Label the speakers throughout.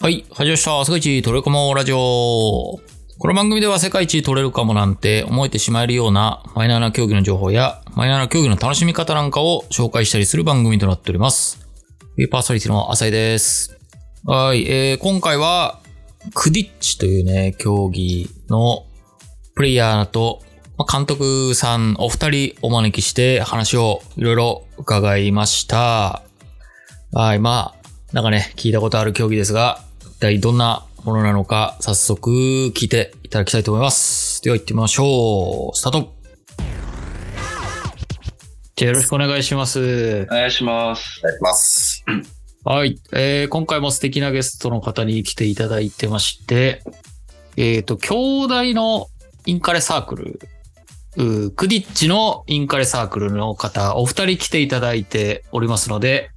Speaker 1: はい。始まりました。世界一取れるかもラジオ。この番組では世界一取れるかもなんて思えてしまえるようなマイナーな競技の情報やマイナーな競技の楽しみ方なんかを紹介したりする番組となっております。えーパーソナリティの浅井です。はい。えー今回はクディッチというね、競技のプレイヤーと、まあ監督さんお二人お招きして話をいろいろ伺いました。はい、まあ、なんかね、聞いたことある競技ですが、一体どんなものなのか、早速聞いていただきたいと思います。では行ってみましょう。スタートじゃあよろしくお願いします
Speaker 2: お。願いします。
Speaker 3: 願いします。
Speaker 1: はい、えー今回も素敵なゲストの方に来ていただいてまして、えっ、と、兄弟のインカレサークル、うークディッチのインカレサークルの方、お二人来ていただいておりますので、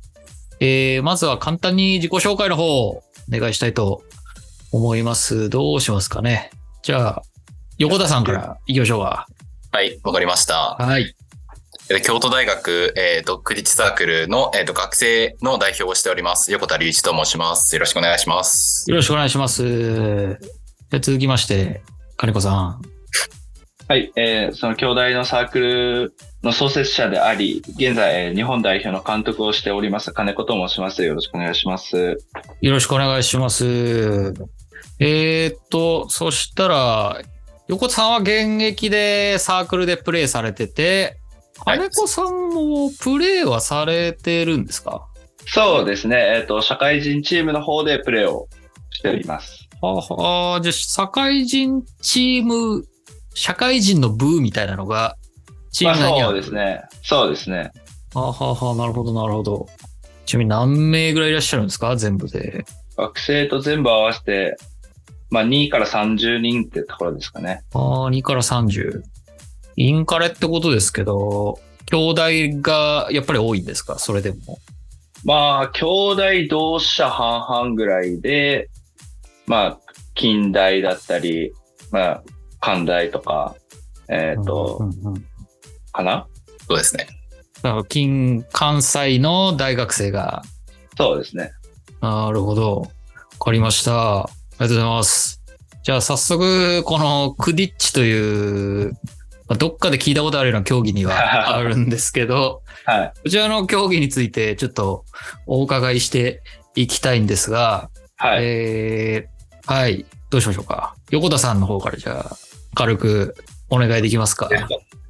Speaker 1: えーまずは簡単に自己紹介の方をお願いしたいと思います。どうしますかね。じゃあ、横田さんから行きましょうか。
Speaker 3: はい、わかりました。
Speaker 1: はい。
Speaker 3: えー京都大学、えー、とクリッチサークルの、えー、と学生の代表をしております、横田隆一と申します。よろしくお願いします。
Speaker 1: よろしくお願いします。じゃあ続きまして、金子さん。
Speaker 2: はい、えーその兄弟のサークルの創設者であり、現在、えー日本代表の監督をしております、金子と申します。よろしくお願いします。
Speaker 1: よろしくお願いします。えー、っと、そしたら、横田さんは現役でサークルでプレーされてて、
Speaker 3: はい
Speaker 1: 金子さんもプレーはされてるんですか、
Speaker 2: そうですね、えっ、と、社会人チームの方でプレーをしております。
Speaker 1: はあはあ、じゃあ、社会人チーム、社会人の部みたいなのが、チー
Speaker 2: まあ、
Speaker 1: ム内にあ
Speaker 2: そう
Speaker 1: る
Speaker 2: ですね。そうですね。
Speaker 1: はあはあはあ、なるほど、なるほど。ちなみに何名ぐらいいらっしゃるんですか全部で。
Speaker 2: 学生と全部合わせて、まあ、2から30人ってところですかね。
Speaker 1: ああ、2から30。インカレってことですけど、兄弟がやっぱり多いんですかそれでも。
Speaker 2: まあ、兄弟同志社半々ぐらいで、まあ、近代だったり、まあ、寛大とか、えっ、と、
Speaker 1: うんうんだ
Speaker 2: かな
Speaker 3: そうですね。
Speaker 1: から近関西の大学生が。
Speaker 2: そうですね。
Speaker 1: なるほど。わかりました。ありがとうございます。じゃあ早速、このクディッチという、まあどっかで聞いたことあるような競技に はあるんですけど、
Speaker 2: はい。
Speaker 1: こちらの競技についてちょっとお伺いしていきたいんですが、
Speaker 2: はい。
Speaker 1: えーはい。どうしましょうか。横田さんの方からじゃあ、軽くお願いできますか。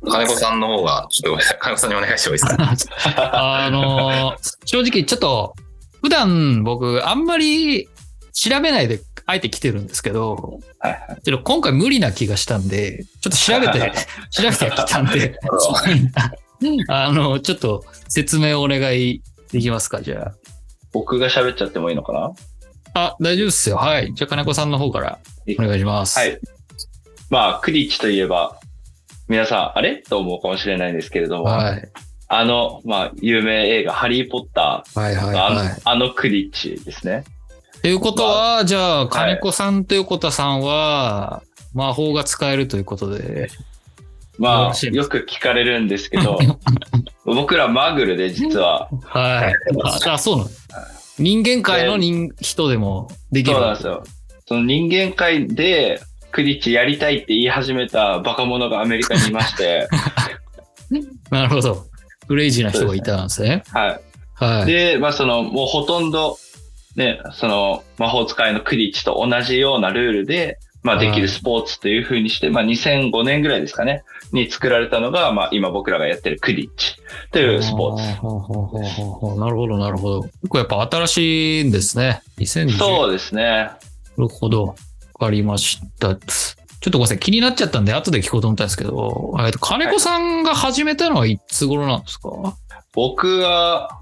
Speaker 3: 金子さんの方が、ちょっとごめんなさい、金子さんにお願いしてもいいですか
Speaker 1: あのー正直ちょっと、普段僕、あんまり調べないで、あえて来てるんですけど、
Speaker 2: はい
Speaker 1: ちょっと今回無理な気がしたんで、ちょっと調べて、 調べてきたんで、あの、ちょっと説明をお願いできますか、じゃ
Speaker 2: 僕が喋っちゃってもいいのかな
Speaker 1: あ。あ、大丈夫っすよ。はい。じゃあ、金子さんの方からお願いします。
Speaker 2: はい。まあ、クリッチといえば、皆さん、あれと思うかもしれないんですけれども、
Speaker 1: はい。
Speaker 2: あの、まあ、有名映画、ハリー・ポッタ
Speaker 1: はい。は
Speaker 2: ー
Speaker 1: い。
Speaker 2: の、あの
Speaker 1: はい。
Speaker 2: あのクリッチですね。
Speaker 1: ということは、じゃあ、金子さんと横田さんは、魔法が使えるということで。よ
Speaker 2: ま
Speaker 1: ろし
Speaker 2: あ、
Speaker 1: いです
Speaker 2: よく聞かれるんですけ ど、僕らマグルで実は、
Speaker 1: はい。あ、あそうなの人間界の人,、人でもできる。
Speaker 2: そうなんですよ。その人間界で、クリッチやりたいって言い始めたバカ者がアメリカにいま して、
Speaker 1: なるほど。クレイジーな人がいたんですね。
Speaker 2: はい。
Speaker 1: はい。
Speaker 2: で、まあ、その、もうほとんど、ね、その、魔法使いのクリッチと同じようなルールで、まあ、
Speaker 1: はい
Speaker 2: できるスポーツというふうにして、まあ、2005年ぐらいですかね、に作られたのが、まあ、今僕らがやってるクリッチというスポーツ。
Speaker 1: ほうほうほうほうほうなるほど、なるほど。結構やっぱ新しいんですね。2010
Speaker 2: そうですね。
Speaker 1: なるほど。わかりました。ちょっとごめんなさい。気になっちゃったんで、後で聞こうと思ったんですけど、えっと金子さんが始めたのはいつ頃なんですか、
Speaker 2: 僕は、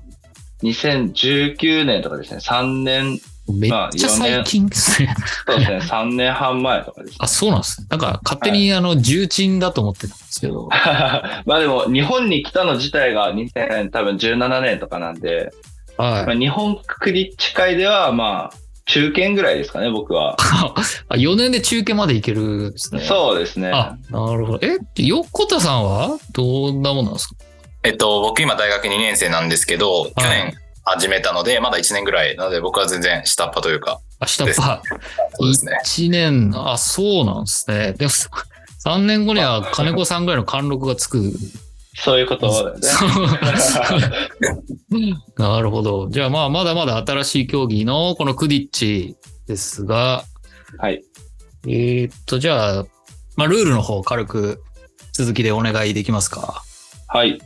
Speaker 2: 2019年とかですね、3年、
Speaker 1: めっちゃ最近ですね。
Speaker 2: そう ですね、3年半前とかですね。
Speaker 1: あ、そうなんですね。なんか勝手にあの重鎮だと思ってたんですけど。
Speaker 2: まあでも、日本に来たの自体が2000、多分17年とかなんで、ま
Speaker 1: はい。
Speaker 2: あ、日本クリッチ界では、まあ、中堅ぐらいですかね、僕は。
Speaker 1: あ4年で中継までいけるんですね。
Speaker 2: そうですね。
Speaker 1: あ、なるほど。え、横田さんはどんなもんなんですか
Speaker 3: えっと、僕今大学2年生なんですけど、去年始めたので、まだ1年ぐらい。なので僕は全然下っ端というか、
Speaker 1: あ、下っ端。
Speaker 3: そうですね。
Speaker 1: 1年、あ、そうなんですね。でも、3年後には金子さんぐらいの貫禄がつく。
Speaker 2: そういうことだよね。
Speaker 1: そうなるほど。じゃあまあ、まだまだ新しい競技のこのクディッチですが、
Speaker 2: はい。
Speaker 1: えーっと、じゃあ、まあ、ルールの方軽く続きでお願いできますか。
Speaker 2: はい。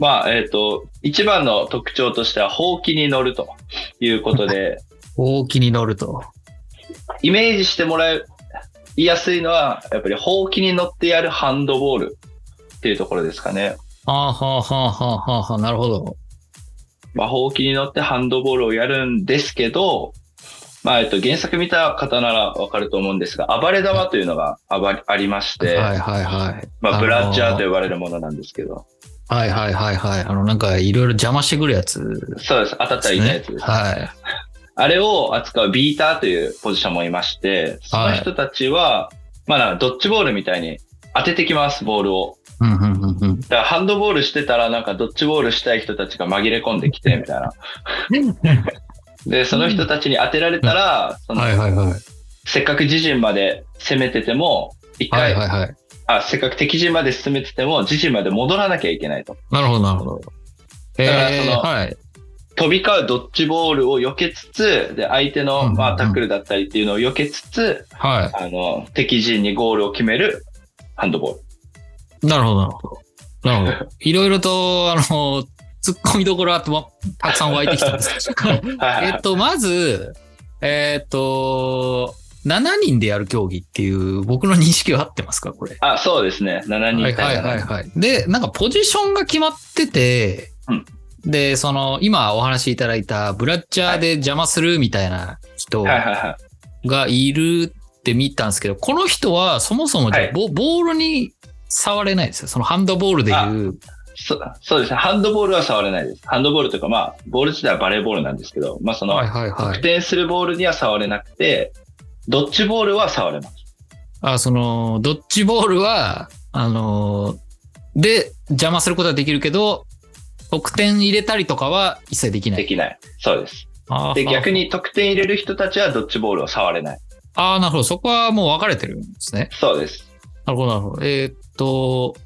Speaker 2: まあ、えっ、と、一番の特徴としては、ほうきに乗るということで、
Speaker 1: 大きに乗ると。
Speaker 2: イメージしてもらいやすいのは、やっぱりほうきに乗ってやるハンドボールっていうところですかね。
Speaker 1: はあはあはあはあはあはあ、なるほど。
Speaker 2: まあ、ほうきに乗ってハンドボールをやるんですけど、まあ、えっと、原作見た方ならわかると思うんですが、暴れ玉というのがあばありまして、
Speaker 1: はいはいはい。
Speaker 2: まあ、ブラッチャーと
Speaker 1: いう。
Speaker 2: 呼ばれるものなんですけど、
Speaker 1: はいはいはいはい。あの、なんかいろいろ邪魔してくるやつで
Speaker 2: そうです。当たった
Speaker 1: す
Speaker 2: ら
Speaker 1: ね、
Speaker 2: 痛いやつです。
Speaker 1: はい。
Speaker 2: あれを扱うビーターというポジションもいまして、その人たちは、まあなんかドッジボールみたいに当ててきます、ボールを。
Speaker 1: うんうんうんうん。
Speaker 2: だからハンドボールしてたらなんかドッジボールしたい人たちが紛れ込んできて、み たいな。で、その人たちに当てられたら、その
Speaker 1: はいはいはい。
Speaker 2: せっかく自陣まで攻めてても、一
Speaker 1: はい
Speaker 2: 回、
Speaker 1: はいはい。
Speaker 2: あ、せっかく敵陣まで進めてても、自陣まで戻らなきゃいけないと。
Speaker 1: なるほどなるほど。え
Speaker 2: からそ
Speaker 1: ー、
Speaker 2: の
Speaker 1: はい。
Speaker 2: 飛び交うドッジボールを避けつつ、で、相手
Speaker 1: うんうん
Speaker 2: の、
Speaker 1: うん
Speaker 2: まあ、タックルだったりっていうのを避けつつ、
Speaker 1: は
Speaker 2: あの、敵陣にゴールを決めるハンドボール。
Speaker 1: い。なるほどなるほど。なるほ ど。いろいろと、あの、突っ込みどころあっても、たくさん湧いてきたん ですけど。
Speaker 2: はいはい
Speaker 1: え
Speaker 2: は
Speaker 1: っ
Speaker 2: い。
Speaker 1: と、まず、えっと、7人でやる競技っていう、僕の認識は合ってますかこれ。
Speaker 2: あ、そうですね。7
Speaker 1: は
Speaker 2: 人
Speaker 1: いは
Speaker 2: 対
Speaker 1: い
Speaker 2: 7
Speaker 1: はいはい。で、なんかポジションが決まってて、
Speaker 2: うん
Speaker 1: で、その、今お話しいただいた、ブラッチャーで邪魔するみたいな人
Speaker 2: はいはいはい。
Speaker 1: がいるって見たんですけど、この人はそもそもじゃあ
Speaker 2: はい
Speaker 1: ボ、ボールに触れないですよ。そのハンドボールでいう。
Speaker 2: そそうですね。ハンドボールは触れないです。ハンドボールというか、まあ、ボール自体はバレーボールなんですけど、まあ、その、
Speaker 1: はい
Speaker 2: 得
Speaker 1: はいはい。
Speaker 2: 点するボールには触れなくて、ドッジボールは触れます。
Speaker 1: あ、その、ドッジボールは、あのーで、邪魔することはできるけど、得点入れたりとかは一切できな
Speaker 2: で
Speaker 1: い。
Speaker 2: きない。そうです。
Speaker 1: あ
Speaker 2: で、
Speaker 1: ー
Speaker 2: 逆に得点入れる人たちはドッジボールを触れない。
Speaker 1: あー、なるほど。そこはもう分かれてるんですね。
Speaker 2: そうです。
Speaker 1: なるほど、なるほど。えーっと、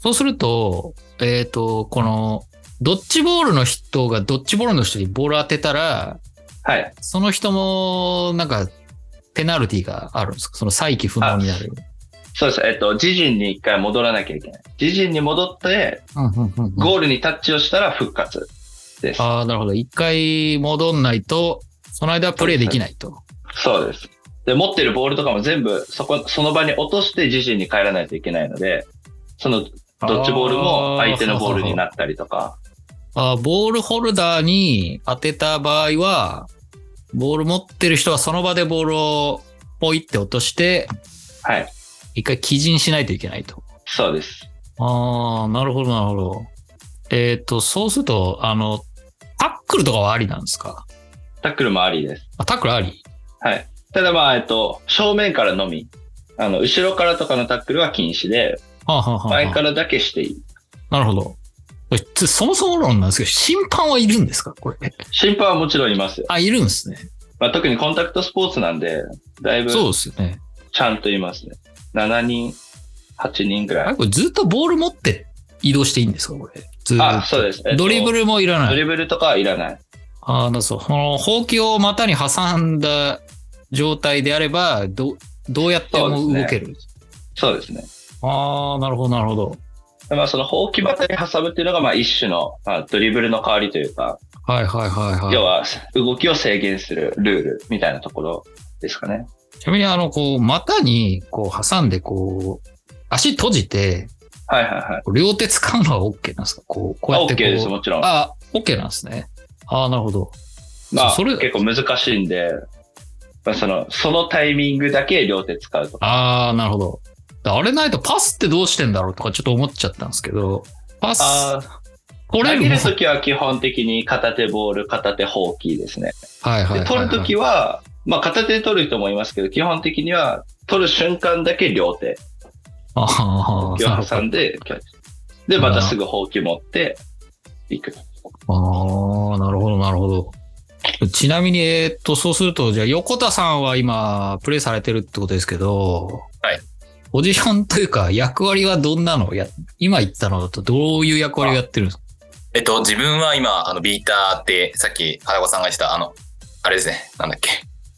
Speaker 1: そうすると、えーっと、この、ドッジボールの人がドッジボールの人にボール当てたら、
Speaker 2: はい。
Speaker 1: その人も、なんか、ペナルティがあるんですかその再起不能になる。
Speaker 2: そうです。えっと、自陣に一回戻らなきゃいけない。自陣に戻って、
Speaker 1: うんうんうんうん
Speaker 2: ゴールにタッチをしたら復活です。
Speaker 1: ああ、なるほど。一回戻んないと、その間はプレイできないと。
Speaker 2: そうです。で、持ってるボールとかも全部、そこ、その場に落として自陣に帰らないといけないので、その、ドッジボールも相手のボールになったりとか、
Speaker 1: あーボールホルダーに当てた場合は、ボール持ってる人はその場でボールをポイって落として、
Speaker 2: はい。
Speaker 1: 一回起陣しないといけないと。
Speaker 2: そうです。
Speaker 1: ああ、なるほど、なるほど。えっ、と、そうすると、あの、タックルとかはありなんですか
Speaker 2: タックルもありです。
Speaker 1: あタックルあり
Speaker 2: はい。ただまあ、えっと、正面からのみ、あの、後ろからとかのタックルは禁止で、
Speaker 1: はあ、はあはあはあ
Speaker 2: 前からだけしていい。
Speaker 1: なるほど。これつそもそも論なんですけど、審判はいるんですかこれ。
Speaker 2: 審判はもちろんいますよ。
Speaker 1: あ、いるんですね。
Speaker 2: まあ、特にコンタクトスポーツなんで、だいぶ
Speaker 1: そうですよね。
Speaker 2: ちゃんといますね。7人、8人ぐ
Speaker 1: あ
Speaker 2: らい。
Speaker 1: れこれずっとボール持って移動していいんですかこれ。ずっと
Speaker 2: あ、そうです。えっと
Speaker 1: ドリブルもいらな
Speaker 2: ド
Speaker 1: い。
Speaker 2: リブルとかはいらない。
Speaker 1: ああ、なそう。この、ほうきを股に挟んだ状態であれば、ど、どうやっても動ける。
Speaker 2: そうですね。
Speaker 1: ああ、なるほど、なるほど。
Speaker 2: まあ、そのほうき股に挟むっていうのが、まあ、一種の、まあ、ドリブルの代わりというか、
Speaker 1: はいはいはいはい。
Speaker 2: 要は動きを制限するルールみたいなところですかね。
Speaker 1: ちなみに、あの、こう、股に、こう、挟んで、こう、足閉じて、
Speaker 2: はいはいはい。
Speaker 1: 両手使うのは OK なんですかこう、こうや
Speaker 2: オ
Speaker 1: って
Speaker 2: ッ
Speaker 1: こう。
Speaker 2: ケーです、もちろん。
Speaker 1: あ、OK なんですね。ああ、なるほど。
Speaker 2: まあ、
Speaker 1: それ
Speaker 2: 結構難しいんで、まあ、その、そのタイミングだけ両手使うとか。
Speaker 1: ああ、なるほど。あれないとパスってどうしてんだろうとかちょっと思っちゃったんですけど、パス、
Speaker 2: あ
Speaker 1: 取
Speaker 2: ー
Speaker 1: れ
Speaker 2: 投
Speaker 1: る
Speaker 2: げ
Speaker 1: もん
Speaker 2: るときは基本的に片手ボール、片手ホーキーですね。
Speaker 1: はいはいはい、
Speaker 2: で
Speaker 1: はい。
Speaker 2: 取るときは、まあ、片手で取る人もいますけど、基本的には、取る瞬間だけ両手、
Speaker 1: ああ、な
Speaker 2: 両
Speaker 1: る
Speaker 2: 手挟んで、キャッチで、またすぐほうき持って、いく。
Speaker 1: ほど。ああ、なるほど、なるほど。ちなみに、えーっと、そうすると、じゃあ、横田さんは今、プレイされてるってことですけど、
Speaker 3: はい。
Speaker 1: ポジションというか、役割はどんなのや、今言ったのだと、どういう役割をやってるんですか
Speaker 3: えっと、自分は今、あの、ビーターって、さっき、花子さんがした、あの、あれですね、なんだっけ、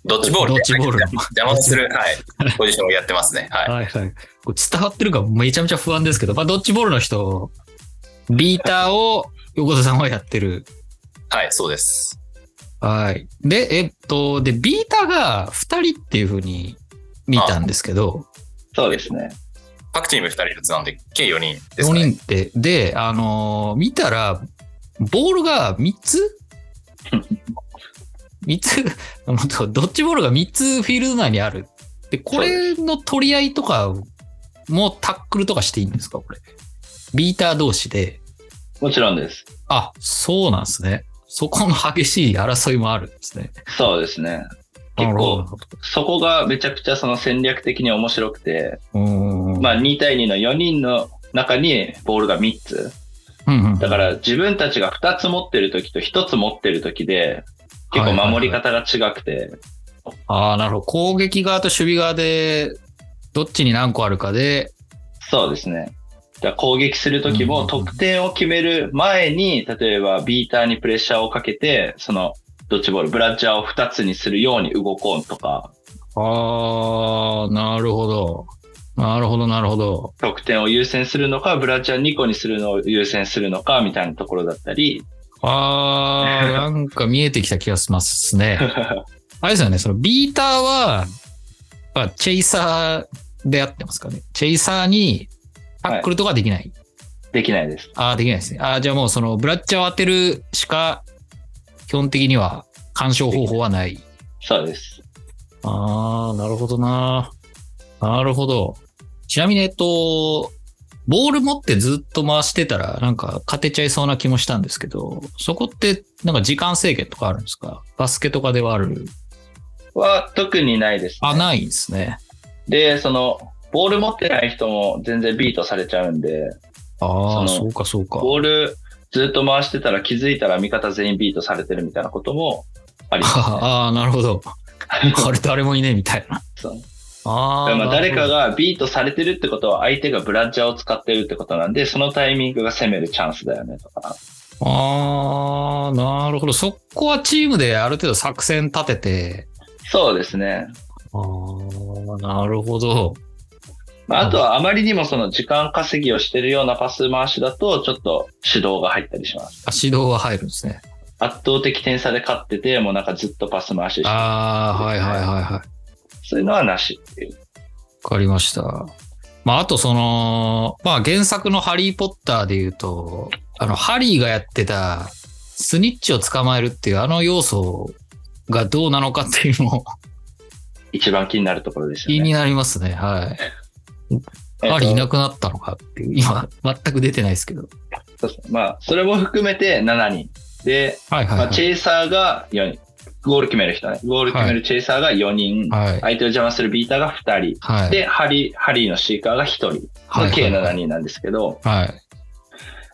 Speaker 3: ドッジボール
Speaker 1: ドッジボール
Speaker 3: 邪魔邪魔する、はい、ポジションをやってますね。はい。
Speaker 1: はいはい。これ伝わってるかめちゃめちゃ不安ですけど、まあ、ドッジボールの人、ビーターを横田さんはやってる。
Speaker 3: はい、そうです。
Speaker 1: はい。で、えっと、で、ビーターが2人っていうふうに見たんですけど、
Speaker 2: そうですね。
Speaker 3: 各チーム2人ずつなんで、計4人です
Speaker 1: 4
Speaker 3: かね。
Speaker 1: 人って、で、あのー見たら、ボールが3つ ?3 つ、本当ドッジボールが3つフィールド内にある。で、これの取り合いとかもタックルとかしていいんですかこれ。ビーター同士で。
Speaker 2: もちろんです。
Speaker 1: あ、そうなんですね。そこの激しい争いもあるんですね。
Speaker 2: そうですね。結構、そこがめちゃくちゃその戦略的に面白くて、
Speaker 1: うん。
Speaker 2: まあ2対2の4人の中にボールが3つ。
Speaker 1: うんうん
Speaker 2: だから自分たちが2つ持ってる時と1つ持ってる時で、結構守り方が違くて、
Speaker 1: ああ、なるほど。攻撃側と守備側で、どっちに何個あるかで、
Speaker 2: そうですね。だから攻撃するとき
Speaker 1: う
Speaker 2: も
Speaker 1: んうんうん
Speaker 2: 得点を決める前に、例えばビーターにプレッシャーをかけて、そのドッジボール、ブラッジャーを2つにするように動こうとか、
Speaker 1: ああ、なるほど。なるほど、なるほど。
Speaker 2: 得点を優先するのか、ブラッジャー2個にするのを優先するのか、みたいなところだったり、
Speaker 1: ああ、なんか見えてきた気がします ね。あれですよね、そのビーターは、まあ、チェイサーでやってますかね。チェイサーにタックルとかできない。
Speaker 2: できないです。
Speaker 1: ああ、できないですね。ああ、じゃあもうそのブラッチャーを当てるしか、基本的には干渉方法はない。
Speaker 2: そうです。
Speaker 1: ああ、なるほどな。なるほど。ちなみに、えっと、ボール持ってずっと回してたら、なんか勝てちゃいそうな気もしたんですけど、そこって、なんか時間制限とかあるんですかバスケとかではある
Speaker 2: は、特にないです、
Speaker 1: あ、ないんですね。
Speaker 2: で、その、ボール持ってない人も全然ビートされちゃうんで、
Speaker 1: ああ、
Speaker 2: その
Speaker 1: そうかそうか。
Speaker 2: ボールずっと回してたら気づいたら味方全員ビートされてるみたいなこともあ ります、ね。
Speaker 1: ああ、なるほど。あれ誰もいねえみたいな。
Speaker 2: そう
Speaker 1: ああ。
Speaker 2: まあ誰か
Speaker 1: が。
Speaker 2: がビートされてるってことは相手がブラッジャーを使ってるってことなんで、そのタイミングが攻めるチャンスだよねとか。
Speaker 1: ああ、なるほど。そこはチームである程度作戦立てて。
Speaker 2: そうですね。
Speaker 1: ああ、なるほど。
Speaker 2: まあ、あとはあまりにもその時間稼ぎをしてるようなパス回しだと、ちょっと指導が入ったりします。
Speaker 1: あ指導は入るんですね。
Speaker 2: 圧倒的点差で勝ってて、もうなんかずっとパス回ししてる、
Speaker 1: ああ、はいはいはいはい。わ
Speaker 2: そういうのはなしっていう。
Speaker 1: かりました。まあ、あとその、まあ原作のハリー・ポッターで言うと、あの、ハリーがやってた、スニッチを捕まえるっていうあの要素がどうなのかっていうのも
Speaker 2: 一番気になるところです
Speaker 1: 気
Speaker 2: よ
Speaker 1: に
Speaker 2: ね。
Speaker 1: なりますね。はい。
Speaker 2: えっと
Speaker 1: ハリーいなくなったのかっていう、今、全く出てないですけど。
Speaker 2: そうですねまあ、それも含めて7人。で、
Speaker 1: はいはい、
Speaker 2: まあ、
Speaker 1: は
Speaker 2: チ
Speaker 1: い。
Speaker 2: ェイサーが4人。ゴール決める人ね。ゴール決めるチェイサーが4人。
Speaker 1: はい。
Speaker 2: 相手を邪魔するビーターが2人。
Speaker 1: はい。
Speaker 2: で、ハリー、ハリーのシーカーが1人
Speaker 1: はい
Speaker 2: の計
Speaker 1: はいは
Speaker 2: 7
Speaker 1: い
Speaker 2: 人なんですけど、
Speaker 1: はい。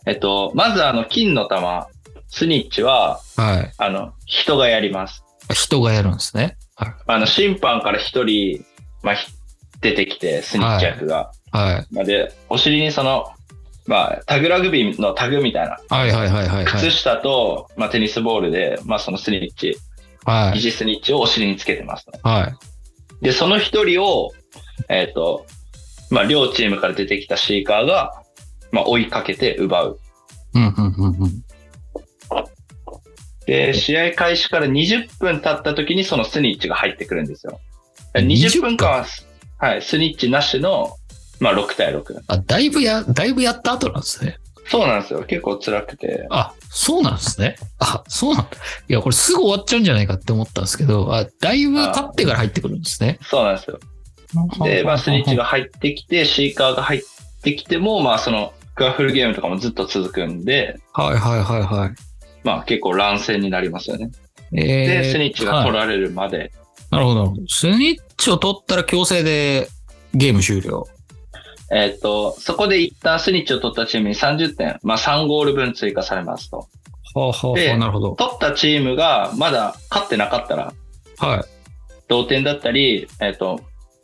Speaker 2: えっと、まずあの、金の玉、スニッチは、
Speaker 1: はい。
Speaker 2: あの、人がやります。
Speaker 1: 人がやるんですね。はい。
Speaker 2: あの、審判から1人、まあ、ひ出てきて、スニッチ役が。
Speaker 1: はい。
Speaker 2: まあで、お尻にその、まあ、タグラグビーのタグみたいな、
Speaker 1: はいはいはいはいは
Speaker 2: 靴
Speaker 1: い。
Speaker 2: 下と、まあ、テニスボールで、まあ、そのスニッチ、
Speaker 1: は
Speaker 2: 肘
Speaker 1: い。
Speaker 2: スニッチをお尻につけてますと。
Speaker 1: はい。
Speaker 2: で、その一人を、えっ、と、まあ、両チームから出てきたシーカーが、まあ、追いかけて奪う。
Speaker 1: うんうんうんうん。
Speaker 2: で、試合開始から20分経った時にそのスニッチが入ってくるんですよ。20分間は、はい、スニッチなしの、まあ、6対6。
Speaker 1: あ、だいぶや、だいぶやった後なんですね。
Speaker 2: そうなんですよ。結構辛くて。
Speaker 1: あ、そうなんですね。あ、そうなんだ。いや、これすぐ終わっちゃうんじゃないかって思ったんですけど、あ、だいぶ経ってから入ってくるんですね。
Speaker 2: そうなんですよ。で、まあ、スニッチ
Speaker 1: が。
Speaker 2: が入ってきて、シーカーが入ってきても、まあ、その、クワッフルゲームとかもずっと続くんで、
Speaker 1: はいはいはいはい。
Speaker 2: まあ、結構乱戦になりますよね。
Speaker 1: え
Speaker 2: で、スニッチが取
Speaker 1: はい
Speaker 2: られるまで、
Speaker 1: なるほど。スニッチを取ったら強制でゲーム終了。
Speaker 2: えーっと、そこで一旦スニッチを取ったチームに30点、まあ3ゴール分追加されますと。
Speaker 1: はあはあは
Speaker 2: で
Speaker 1: あ、なるほど。
Speaker 2: 取ったチームがまだ勝ってなかったら、
Speaker 1: は
Speaker 2: 同点だったり、えっ、と、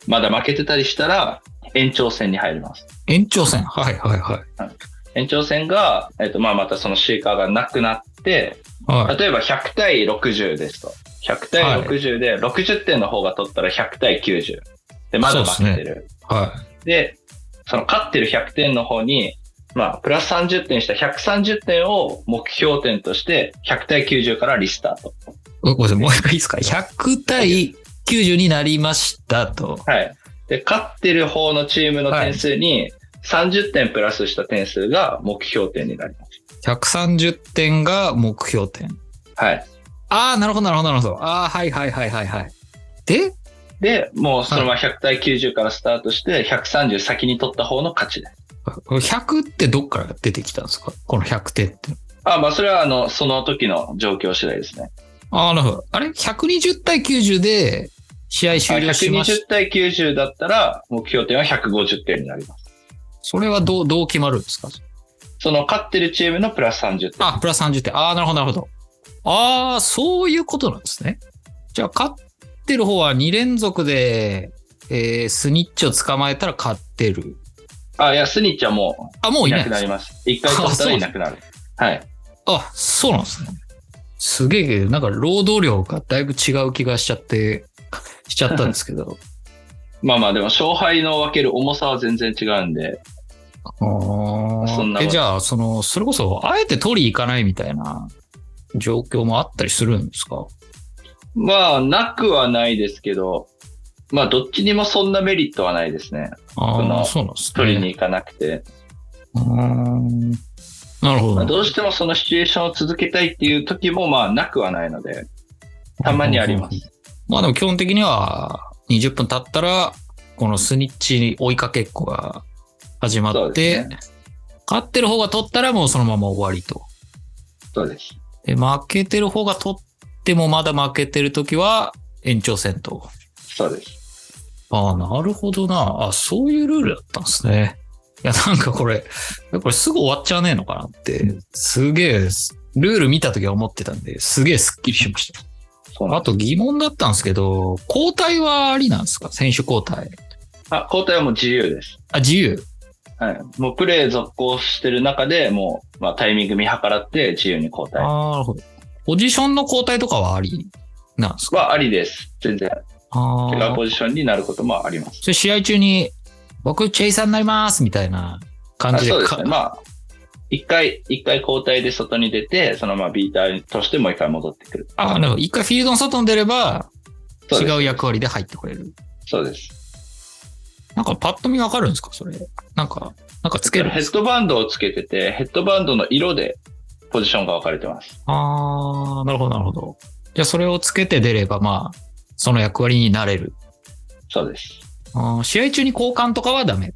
Speaker 2: まだ負けてたりしたら、延長戦に入ります。
Speaker 1: い。延長戦。はいはいはい。
Speaker 2: 延長戦が、えっ、と、まあ、またそのシーカーがなくなって、
Speaker 1: はい。
Speaker 2: 例えば100対60ですと。100対60で、60点の方が取ったら100対90。で、まだ負けてる。
Speaker 1: は
Speaker 2: で、その勝ってる100点の方に、まあ、プラス30点した130点を目標点として、100対90からリスタート。
Speaker 1: い。ごめんなさい、もう一回いいですか ?100 対90になりましたと。
Speaker 2: はい。で、勝ってる方のチームの点数に、30点プラスした点数が目標点になります。
Speaker 1: 130点が目標点。
Speaker 2: はい。
Speaker 1: ああ、なるほど、なるほど、なるほど。ああ、はいはいはいはいはい。で、
Speaker 2: で、もうそのまま100対90からスタートして、130先に取った方の勝ちです。
Speaker 1: 100ってどっから出てきたんですかこの100点って。
Speaker 2: あ、まあ、それは、あの、その時の状況次第ですね。
Speaker 1: ああ、なるほど。あれ ?120 対90で試合終了しまし
Speaker 2: 120対90だったら、目標点は150点になります。
Speaker 1: それはどう、どう決まるんですか
Speaker 2: その勝ってるチームのプラス30点。
Speaker 1: あ、プラス30点。ああ、なるほど、なるほど。ああ、そういうことなんですね。じゃあ、勝ってる方は2連続で、えースニッチを捕まえたら勝ってる。
Speaker 2: あ、いや、スニッチはも
Speaker 1: あ、も
Speaker 2: う
Speaker 1: う
Speaker 2: い
Speaker 1: いな
Speaker 2: ないく
Speaker 1: んで
Speaker 2: な
Speaker 1: す
Speaker 2: ります。一回取ったらいなくなる。はい。
Speaker 1: あ、そうなんですね。すげえけど、なんか労働量がだいぶ違う気がしちゃって、 しちゃったんですけ ど。
Speaker 2: まあまあ、でも勝敗の分ける重さは全然違うんで、
Speaker 1: あー
Speaker 2: そんなもん
Speaker 1: えじゃあ、その、それこそ、あえて取り行かないみたいな状況もあったりするんですか
Speaker 2: まあ、なくはないですけど、まあ、どっちにもそんなメリットはないですね。そ
Speaker 1: ああ、
Speaker 2: の
Speaker 1: そうなんですね。
Speaker 2: 取りに行かなくて。
Speaker 1: うーん。なるほど。
Speaker 2: まあどうしてもそのシチュエーションを続けたいっていう時も、まあ、なくはないので、たまにあります。
Speaker 1: まあでも基本的には20分経ったら、このスニッチに追いかけっこが始ま
Speaker 2: そ
Speaker 1: っ
Speaker 2: う
Speaker 1: て、
Speaker 2: ですね。
Speaker 1: 勝ってる方が取ったらもうそのまま終わりと。
Speaker 2: そうです。
Speaker 1: で、負けてる方が取ってもまだ負けてる時は延長戦と。
Speaker 2: そうです。
Speaker 1: ああ、なるほどな。あそういうルールだったんですね。いや、なんかこれ、これすぐ終わっちゃわねえのかなって、すげえ、ルール見た時は思ってたんで、すげえスッキリしました。
Speaker 2: そうなん
Speaker 1: あ
Speaker 2: です
Speaker 1: と疑問だったんですけど、交代はありなんですか選手交代。
Speaker 2: あ、交代はもう自由です。
Speaker 1: あ、自由。
Speaker 2: はい。もうプレー続行してる中でもう、まあ、タイミング見計らって自由に交代。
Speaker 1: ああ、なるほど。ポジションの交代とかはありなんですか
Speaker 2: はありです。全然。
Speaker 1: あ
Speaker 2: 違う
Speaker 1: あ。
Speaker 2: ポジションになることもあります。
Speaker 1: それ試合中に、僕、チェイサーになりますみたいな感
Speaker 2: あ
Speaker 1: じで。
Speaker 2: そうですね。
Speaker 1: か
Speaker 2: まあ、一回、一回交代で外に出て、そのままビーターとしてもう一回戻ってくる。
Speaker 1: あ、なるほど。一回フィールドの外に出れば、
Speaker 2: そう
Speaker 1: 違
Speaker 2: です。
Speaker 1: う役割で入ってくれる。
Speaker 2: そうです。
Speaker 1: なんかパッと見わかるんですかそれ。なんか、なんかつけ
Speaker 2: ヘ
Speaker 1: るんです
Speaker 2: ッ
Speaker 1: か
Speaker 2: ドバンドをつけてて、ヘッドバンドの色でポジションが分かれてます。
Speaker 1: ああ、なるほど、なるほど。じゃあそれをつけて出れば、まあ、その役割になれる。
Speaker 2: そうです。
Speaker 1: あー試合中に交換とかはダメ。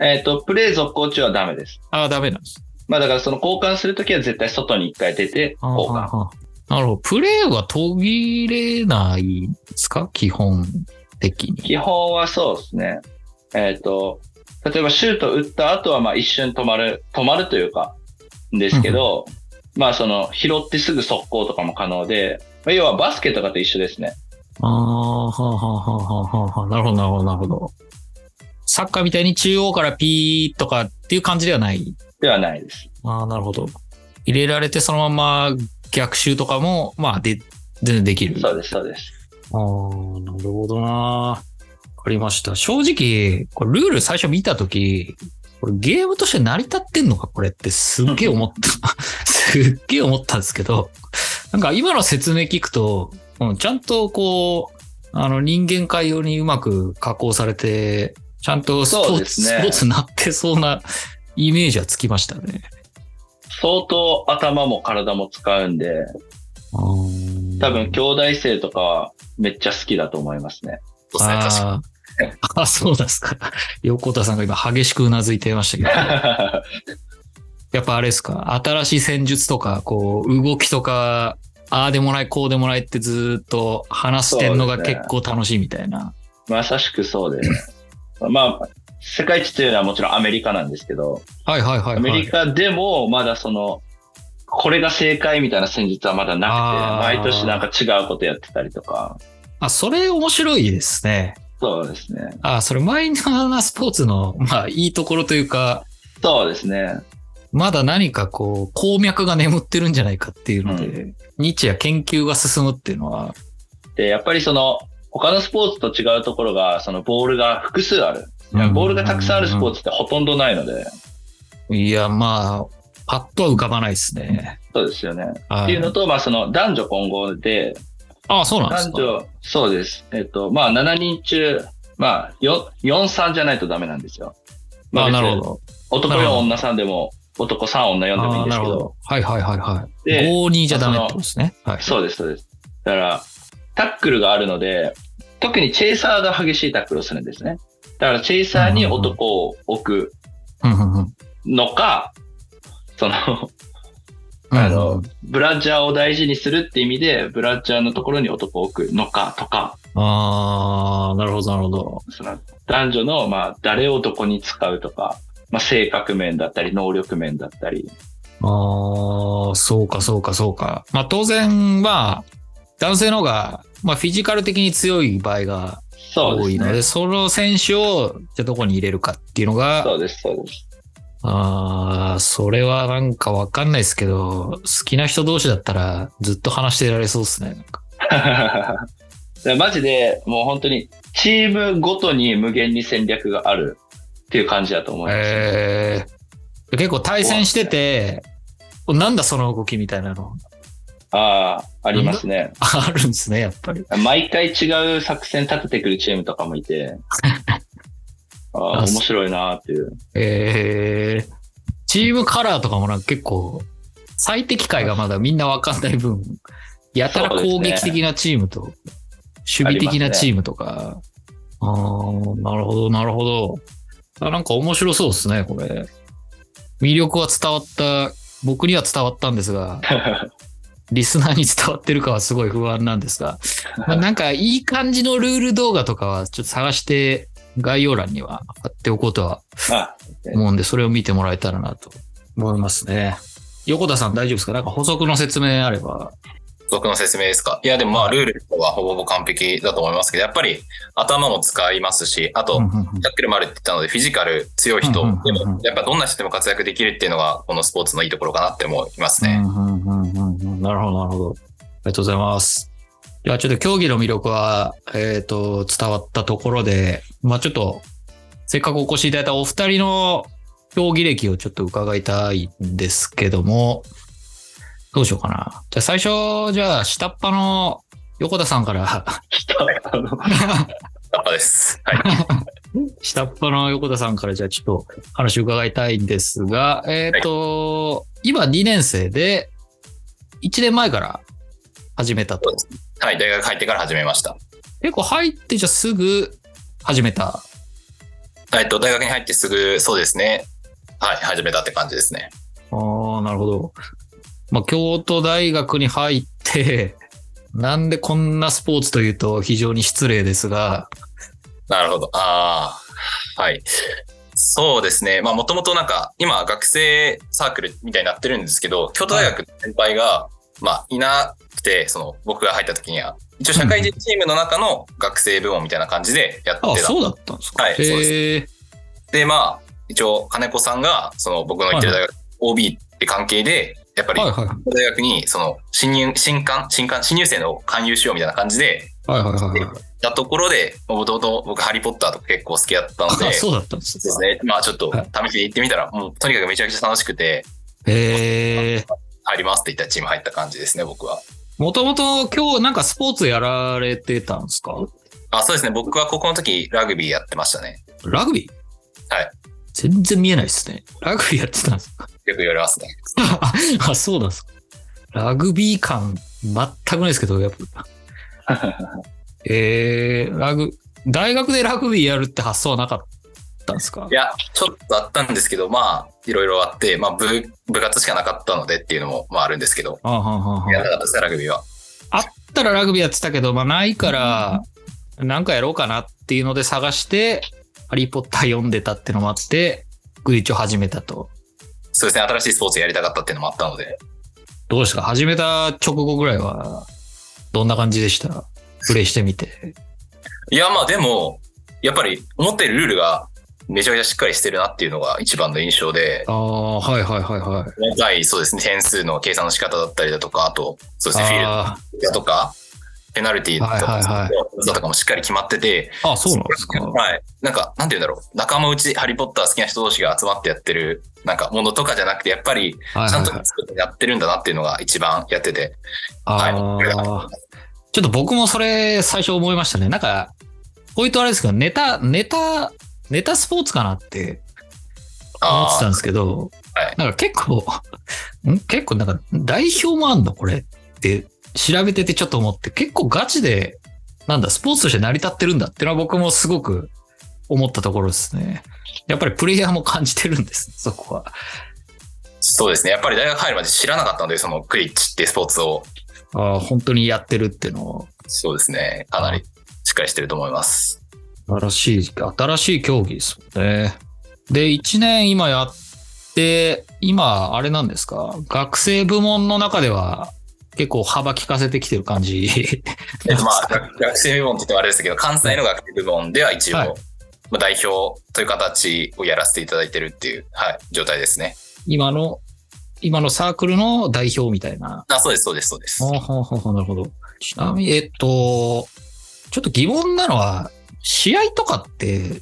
Speaker 2: えっ、と、プレー続行中はダメです。
Speaker 1: ああ、ダメなんです。
Speaker 2: まあだからその交換するときは絶対外に一回出て
Speaker 1: あー
Speaker 2: 交換。
Speaker 1: あーなるほど。プレーは途切れないんですか基本的に。
Speaker 2: 基本はそうですね。えっ、と、例えばシュート打った後はまあ一瞬止まる、止まるというか、ですけど、まあその拾ってすぐ速攻とかも可能で、まあ要はバスケとかと一緒ですね。
Speaker 1: ああ、はあはあはあはあはあ。なるほど、なるほど、なるほど。サッカーみたいに中央からピーとかっていう感じではない。
Speaker 2: ではないです。
Speaker 1: ああ、なるほど。入れられてそのまま逆襲とかも、まあ、で、全然できる。
Speaker 2: そうです、そうです。
Speaker 1: ああ、なるほどな。わかりました。正直、これルール最初見たとき、これゲームとして成り立ってんのかこれってすっげえ思った。 すっげえ思ったんですけど、なんか今の説明聞くと、うん、ちゃんとこう、あの人間界用にうまく加工されて、ちゃんとスポ
Speaker 2: そう
Speaker 1: ー
Speaker 2: で
Speaker 1: ツ、
Speaker 2: すね
Speaker 1: スポーツになってそうなイメージはつきましたね。
Speaker 2: 相当頭も体も使うんで、多
Speaker 1: 多
Speaker 2: 分兄弟生とかはめっちゃ好きだと思いますね。
Speaker 3: そうですね、確かに。
Speaker 1: あーあ、そうなんですか。横田さんが今激しくうなずいていましたけど。やっぱあれですか、新しい戦術とか、こう、動きとか、ああでもない、こうでもないってずーっと話してんのが
Speaker 2: そうですね
Speaker 1: 結構楽しいみたいな。
Speaker 2: まさしくそうで。まあ、世界一というのはもちろんアメリカなんですけど、
Speaker 1: はいはいはい、はい。
Speaker 2: アメリカでもまだそのこれが正解みたいな戦術はまだ
Speaker 1: あー
Speaker 2: なくて、毎年なんか違うことやってたりとか、
Speaker 1: あ、それ面白いですね。
Speaker 2: そうですね。
Speaker 1: あ、それマイナーなスポーツの、まあ、いいところというか、
Speaker 2: そうですね。
Speaker 1: まだ何かこう、鉱脈が眠ってるんじゃないかっていうので、
Speaker 2: う
Speaker 1: 日夜研究が進むっていうのは、
Speaker 2: で、やっぱりその、他のスポーツと違うところが、そのボールが複数ある。
Speaker 1: うん
Speaker 2: ボールがたくさんあるスポーツってほとんどないので、
Speaker 1: いや、まあ、パッとは浮かばないですね。
Speaker 2: そうですよね。
Speaker 1: は
Speaker 2: っていうのと、まあその男女混合で、
Speaker 1: ああ、そうなんです
Speaker 2: 男
Speaker 1: か。
Speaker 2: 女、そうです。えっと、まあ7人中、まあよ4、3じゃないとダメなんですよ。
Speaker 1: ああ、なるほ
Speaker 2: 別に
Speaker 1: ど。
Speaker 2: 男
Speaker 1: なるほ
Speaker 2: 4、
Speaker 1: ど
Speaker 2: 女3でも、男3、女4でも
Speaker 1: あ
Speaker 2: いいん
Speaker 1: あ、
Speaker 2: です
Speaker 1: な
Speaker 2: け
Speaker 1: るほ
Speaker 2: ど、
Speaker 1: ど。はいはいはいはい。
Speaker 2: で
Speaker 1: 5、2じゃダメってことですね。はい。
Speaker 2: そうです、そうです。だから、タックルがあるので、特にチェイサーが激しいタックルをするんですね。だから、チェイサーに男を置く
Speaker 1: うんうんうん。
Speaker 2: のか、その、あ
Speaker 1: うんう
Speaker 2: の
Speaker 1: ん、
Speaker 2: ブラジャーを大事にするって意味で、ブラジャーのところに男を置くのかとか、
Speaker 1: ああ、なるほど、なるほど。
Speaker 2: その男女の、まあ、誰をどこに使うとか、まあ、性格面だったり、能力面だったり、
Speaker 1: ああ、そうか、そうか、そうか。まあ、当然、まあ、男性の方が、まあ、フィジカル的に強い場合が
Speaker 2: そう
Speaker 1: 多
Speaker 2: で
Speaker 1: い
Speaker 2: す
Speaker 1: ので、
Speaker 2: ね。
Speaker 1: その選手を、じゃあどこに入れるかっていうのが、
Speaker 2: そうです、そうです。
Speaker 1: ああ、それはなんかわかんないですけど、好きな人同士だったらずっと話してられそうですね。なんか
Speaker 2: でマジで、もう本当に、チームごとに無限に戦略があるっていう感じだと思います。
Speaker 1: えー結構対戦してて、おなんだその動きみたいなの
Speaker 2: ああ、ありますね。
Speaker 1: あるんですね、やっぱり。
Speaker 2: 毎回違う作戦立ててくるチームとかもい て、ああ、
Speaker 1: あ
Speaker 2: 面
Speaker 1: そう
Speaker 2: 白いなーっていう。
Speaker 1: えーチームカラーとかもなんか結構、最適解がまだみんなわかんない分、やたら攻撃的なチームと、守備的なチームとか、あーなるほど、なるほど。あなんか面白そうですね、これ。魅力は伝わった、僕には伝わったんですが、リスナーに伝わってるかはすごい不安なんですが、まあなんかいい感じのルール動画とかはちょっと探して、概要欄には貼っておこうとは
Speaker 2: あ
Speaker 1: 思うんで、それを見てもらえたらなと思いますね。横田さん大丈夫ですかなんか補足の説明あれば。
Speaker 3: 僕の説明ですか。いや、でもまあ、ルールはほぼほぼ完璧だと思いますけど、やっぱり頭も使いますし、あと、タックルもあるって言ったので、フィジカル強い人、
Speaker 1: う
Speaker 3: で
Speaker 1: んうんうんうん
Speaker 3: も、やっぱどんな人でも活躍できるっていうのが、このスポーツのいいところかなって思いますね。
Speaker 1: うんうんうんうんうんなるほど、なるほど。ありがとうございます。ではちょっと競技の魅力は、えっ、と、伝わったところで、まあちょっと、せっかくお越しいただいたお二人の競技歴をちょっと伺いたいんですけども、どうしようかな。じゃあ最初、じゃあ下っ端の横田さんから
Speaker 2: ちょっと あの
Speaker 3: やっぱです。はい。
Speaker 1: 下っ端の横田さんからじゃあちょっと話を伺いたいんですが、えっ、と、今2年生で、1年前から始めたと。
Speaker 3: はい、大学入ってから始めました。
Speaker 1: 結構入ってじゃあすぐ始めた。
Speaker 3: えっと、大学に入ってすぐ、そうですね。はい、始めたって感じですね。
Speaker 1: ああ、なるほど。まあ、京都大学に入って、なんでこんなスポーツというと非常に失礼ですが、
Speaker 3: なるほど。ああ。はい。そうですね。まあ、もともとなんか、今、学生サークルみたいになってるんですけど、京都大学の先輩が、まあ、いなくて、その、僕が入った時には、一応社会人チームの中の学生部門みたいな感じでやって
Speaker 1: ああ、
Speaker 3: た。
Speaker 1: そうだったんですか。
Speaker 3: はいそうです
Speaker 1: へえ
Speaker 3: で、まあ、一応、金子さんが、その、僕の行ってる大学、OB って関係で、やっぱり、
Speaker 1: はい
Speaker 3: 京
Speaker 1: はい。
Speaker 3: 都大学に、その、新入、新刊、新刊、新入生の勧誘しようみたいな感じで、
Speaker 1: はいはいはいはい。
Speaker 3: やったところで、もともと僕、ハリーポッターとか結構好きだったので、
Speaker 1: あそうだったんですか。
Speaker 3: ですね。まあちょっと
Speaker 1: はい
Speaker 3: 試しに行ってみたら、もうとにかくめちゃくちゃ楽しくて、
Speaker 1: へえ
Speaker 3: 入りますって言ったチーム入った感じですね、僕は。
Speaker 1: もともと今日なんかスポーツやられてたんですか
Speaker 3: あ、そうですね。僕は高校の時ラグビーやってましたね。
Speaker 1: ラグビー
Speaker 3: はい。
Speaker 1: 全然見えないですね。ラグビーやってたんですか
Speaker 3: よく言われますね。
Speaker 1: あ、そうなんですか。ラグビー感全くないですけど、やっ ぱ。えー、ラグ、大学でラグビーやるって発想はなかったんですか
Speaker 3: いや、ちょっとあったんですけど、まあいろいろあって、まあ部部活しかなかったのでっていうのも、まああるんですけど、
Speaker 1: あはんはんはん
Speaker 3: やらなかったですね、ラグビーは。
Speaker 1: あったらラグビーやってたけど、まあないから、なんかやろうかなっていうので探して、ハリーポッター読んでたってのもあって、グリッチを始めたと。
Speaker 3: そうですね。新しいスポーツやりたかったっていうのもあったので。
Speaker 1: どうですか始めた直後ぐらいは、どんな感じでしたプレイしてみて。
Speaker 3: いや、まあでも、やっぱり思ってるルールがめちゃめちゃしっかりしてるなっていうのが一番の印象で、
Speaker 1: ああ、はいはいはいはい。
Speaker 3: 細かい、そうですね、点数の計算の仕方だったりだとか、あと、そうですね、フィールド
Speaker 1: あ
Speaker 3: だとか、ペナルティーとか、
Speaker 1: はいはいはい
Speaker 3: だとかもしっかり決まってて、
Speaker 1: ーあ、そうなんです か。
Speaker 3: はい。なんか、なんて言うんだろう。仲間内、ハリーポッター好きな人同士が集まってやってる、なんかものとかじゃなくて、やっぱり、
Speaker 1: はい
Speaker 3: ちゃ
Speaker 1: は
Speaker 3: ん
Speaker 1: い
Speaker 3: と
Speaker 1: はい。
Speaker 3: やってるんだなっていうのが一番やってて。は
Speaker 1: ああ、
Speaker 3: い。
Speaker 1: ちょっと僕もそれ最初思いましたね。なんか、ポイントあれですけど、ネタ、ネタ、ネタスポーツかなって思ってたん
Speaker 3: あ
Speaker 1: ですけど、
Speaker 3: はい
Speaker 1: なんか結構、 ん結構なんか代表もあんのこれって調べててちょっと思って、結構ガチで、なんだ、スポーツとして成り立ってるんだっていうのは僕もすごく思ったところですね。やっぱりプレイヤーも感じてるんです、そこは。
Speaker 3: ーそうですね。やっぱり大学入るまで知らなかったので、そのクリッチってスポーツを、
Speaker 1: ああ、本当にやってるっていうのを。
Speaker 3: そうですね。かなりしっかりしてると思います。
Speaker 1: 新しい、新しい競技ですもんね。で、1年今やって、今、あれなんですか学生部門の中では結構幅利かせてきてる感じ。
Speaker 3: えっと、まあ、学学生部門って言ってもあれですけど、関西の学生部門では一応、
Speaker 1: はい
Speaker 3: まあ代表という形をやらせていただいてるっていう、はい、状態ですね。
Speaker 1: 今の、今のサークルの代表みたいな。
Speaker 3: あ、そうです、そうです、そうです。
Speaker 1: ほうほうほうほうなるほど。ちなみに、えっと、ちょっと疑問なのは、試合とかって、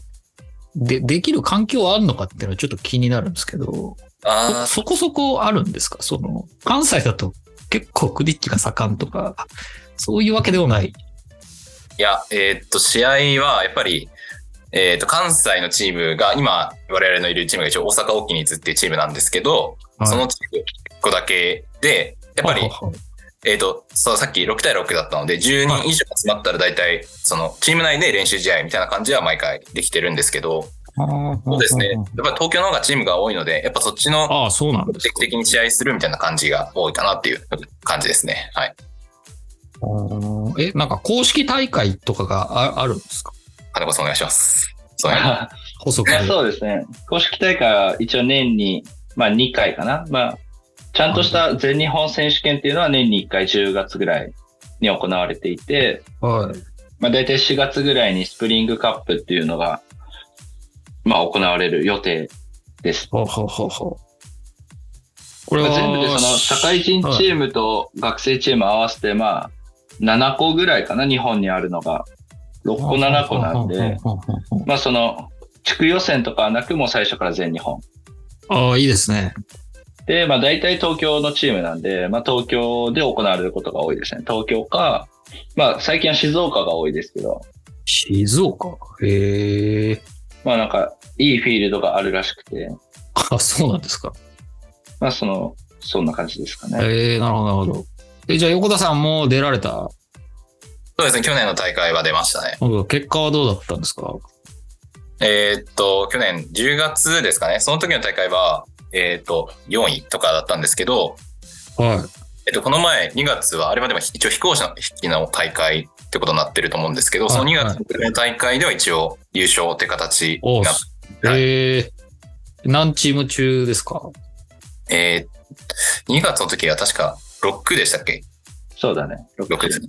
Speaker 1: で、できる環境はあるのかっていうのはちょっと気になるんですけど、
Speaker 3: あー
Speaker 1: そこそこあるんですかその、関西だと結構クリッチが盛んとか、そういうわけでもない。
Speaker 3: いや、えーっと、試合はやっぱり、えーっと、関西のチームが、今、我々のいるチームが一応大阪オーキニーズっていうチームなんですけど、
Speaker 1: はい
Speaker 3: そのチーム1個だけで、やっぱり、
Speaker 1: ははは
Speaker 3: えーっと、そうさっき6対6だったので、10人以上集まったら大体、その、チーム内で練習試合みたいな感じは毎回できてるんですけど、そうですね。やっぱり東京の方がチームが多いので、やっぱそっちの、
Speaker 1: ああ、そうなんです
Speaker 3: 定期
Speaker 1: か。
Speaker 3: 的に試合するみたいな感じが多いかなっていう感じですね。はい。
Speaker 1: あーえ、なんか公式大会とかがああるんですか
Speaker 3: 金子さんお願いします。そうね
Speaker 2: い
Speaker 1: 細く
Speaker 2: や
Speaker 1: で。
Speaker 2: そうですね。公式大会は一応年に、まあ2回かな。まあ、ちゃんとした全日本選手権っていうのは年に1回10月ぐらいに行われていて、
Speaker 1: はい。
Speaker 2: まあ大体4月ぐらいにスプリングカップっていうのが、まあ行われる予定です。
Speaker 1: はははは。これ
Speaker 2: ま
Speaker 1: は
Speaker 2: あ、全部でその社会人チームと学生チーム合わせてまあ7個ぐらいかな日本にあるのが6個7個なんでまあその地区予選とかはなくもう最初から全日本
Speaker 1: ああ、いいですね。
Speaker 2: でまあ大体東京のチームなんでまあ東京で行われることが多いですね東京かまあ最近は静岡が多いですけど
Speaker 1: 静岡。へえ。
Speaker 2: まあなんかいいフィールドがあるらしくて
Speaker 1: あ、 そうなんですか。
Speaker 2: まあそのそんな感じですかね
Speaker 1: ええ、なるほど、なるほど。え、じゃあ横田さんも出られた。
Speaker 3: そうですね。去年の大会は出ましたね。
Speaker 1: なんか結果はどうだったんですか
Speaker 3: えーっと、去年10月ですかね、その時の大会は、えーっと、4位とかだったんですけど、
Speaker 1: は
Speaker 3: えっと、この前2月は、あれまでも一応飛行士の引きの大会ってことになってると思うんですけど、
Speaker 1: はい
Speaker 3: その2月の大会では一応優勝って形
Speaker 1: お
Speaker 3: に
Speaker 1: う
Speaker 3: なっはい
Speaker 1: ええ。何チーム中ですか
Speaker 3: えー、2月の時は確か6でしたっけ
Speaker 2: そうだね
Speaker 3: 6ですね。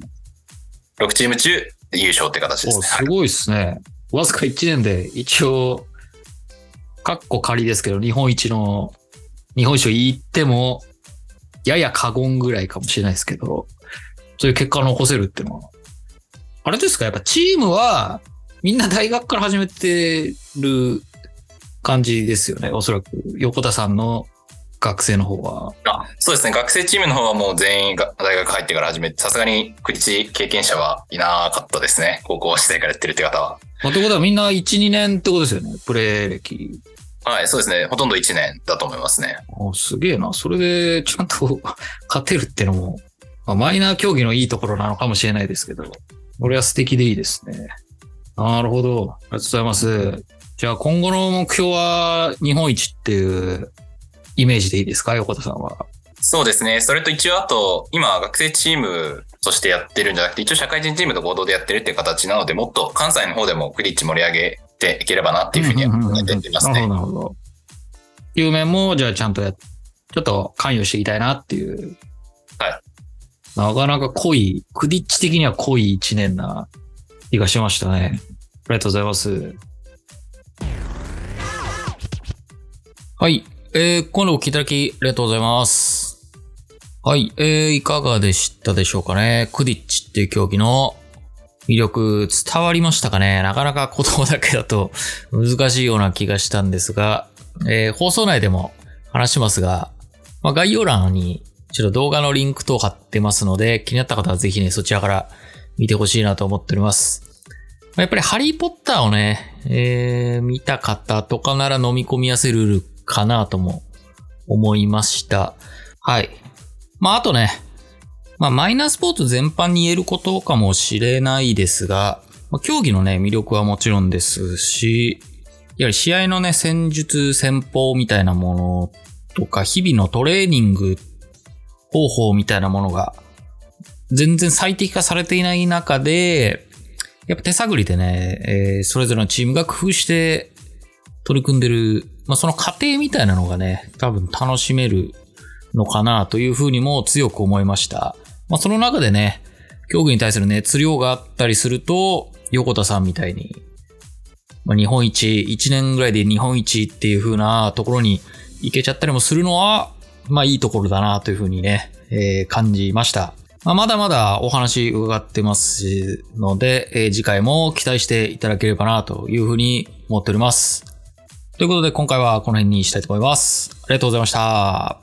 Speaker 3: 6チーム中優勝って形です
Speaker 1: お
Speaker 3: ね。
Speaker 1: すごいですね。わずか1年で一応、かっこ仮ですけど、日本一の、日本一を言っても、やや過言ぐらいかもしれないですけど、そういう結果を残せるっていうのは。あれですかやっぱチームは、みんな大学から始めてる感じですよね。おそらく、横田さんの学生の方は。
Speaker 3: あそうですね、学生チームの方はもう全員が大学入ってから始めて、さすがにクリチ経験者はいなかったですね、高校時代からやってるって方は。
Speaker 1: まあ、ということはみんな1、2年ってことですよね。プレー歴。
Speaker 3: はい、そうですね。ほとんど1年だと思いますね。
Speaker 1: おすげえな。それで、ちゃんと 勝てるってのも、まあ、マイナー競技のいいところなのかもしれないですけど、これは素敵でいいですね。なるほど。ありがとうございます。じゃあ、今後の目標は、日本一っていうイメージでいいですか横田さんは。
Speaker 3: そうですね。それと一応あと、今学生チームとしてやってるんじゃなくて、一応社会人チームと合同でやってるっていう形なので、もっと関西の方でもクリッチ盛り上げていければなっていうふうには考えています
Speaker 1: うんう
Speaker 3: ね
Speaker 1: ん。うんうんなるほど、なるほど。いう面も、じゃあ、ちゃんとや、ちょっと関与していきたいなっていう
Speaker 3: はい
Speaker 1: なかなか濃い、クディッチ的には濃い一年な気がしましたね。ありがとうございます。はい。えー、今度お聞きいただきありがとうございます。はい。えー、いかがでしたでしょうかね。クディッチっていう競技の魅力伝わりましたかね。なかなか言葉だけだと難しいような気がしたんですが、えー、放送内でも話しますが、まあ、概要欄にちょっと動画のリンク等貼ってますので、気になった方はぜひね、そちらから見てほしいなと思っております。まあやっぱりハリーポッターをね、えー、見た方とかなら飲み込みやすいルールかなとも思いました。はい。まああとね、まあマイナースポーツ全般に言えることかもしれないですが、まあ、競技のね、魅力はもちろんですし、やはり試合のね、戦術、戦法みたいなものとか、日々のトレーニング方法みたいなものが、全然最適化されていない中で、やっぱ手探りでね、えーそれぞれのチームが工夫して取り組んでる、まあ、その過程みたいなのがね、多分楽しめるのかなというふうにも強く思いました。まあ、その中でね、競技に対する熱量があったりすると、横田さんみたいに、まあ、日本一、1年ぐらいで日本一っていう風なところに行けちゃったりもするのは、まあいいところだなという風にね、えー感じました。まあ、まだまだお話伺ってますので、えー次回も期待していただければなという風に思っております。ということで今回はこの辺にしたいと思います。ありがとうございました。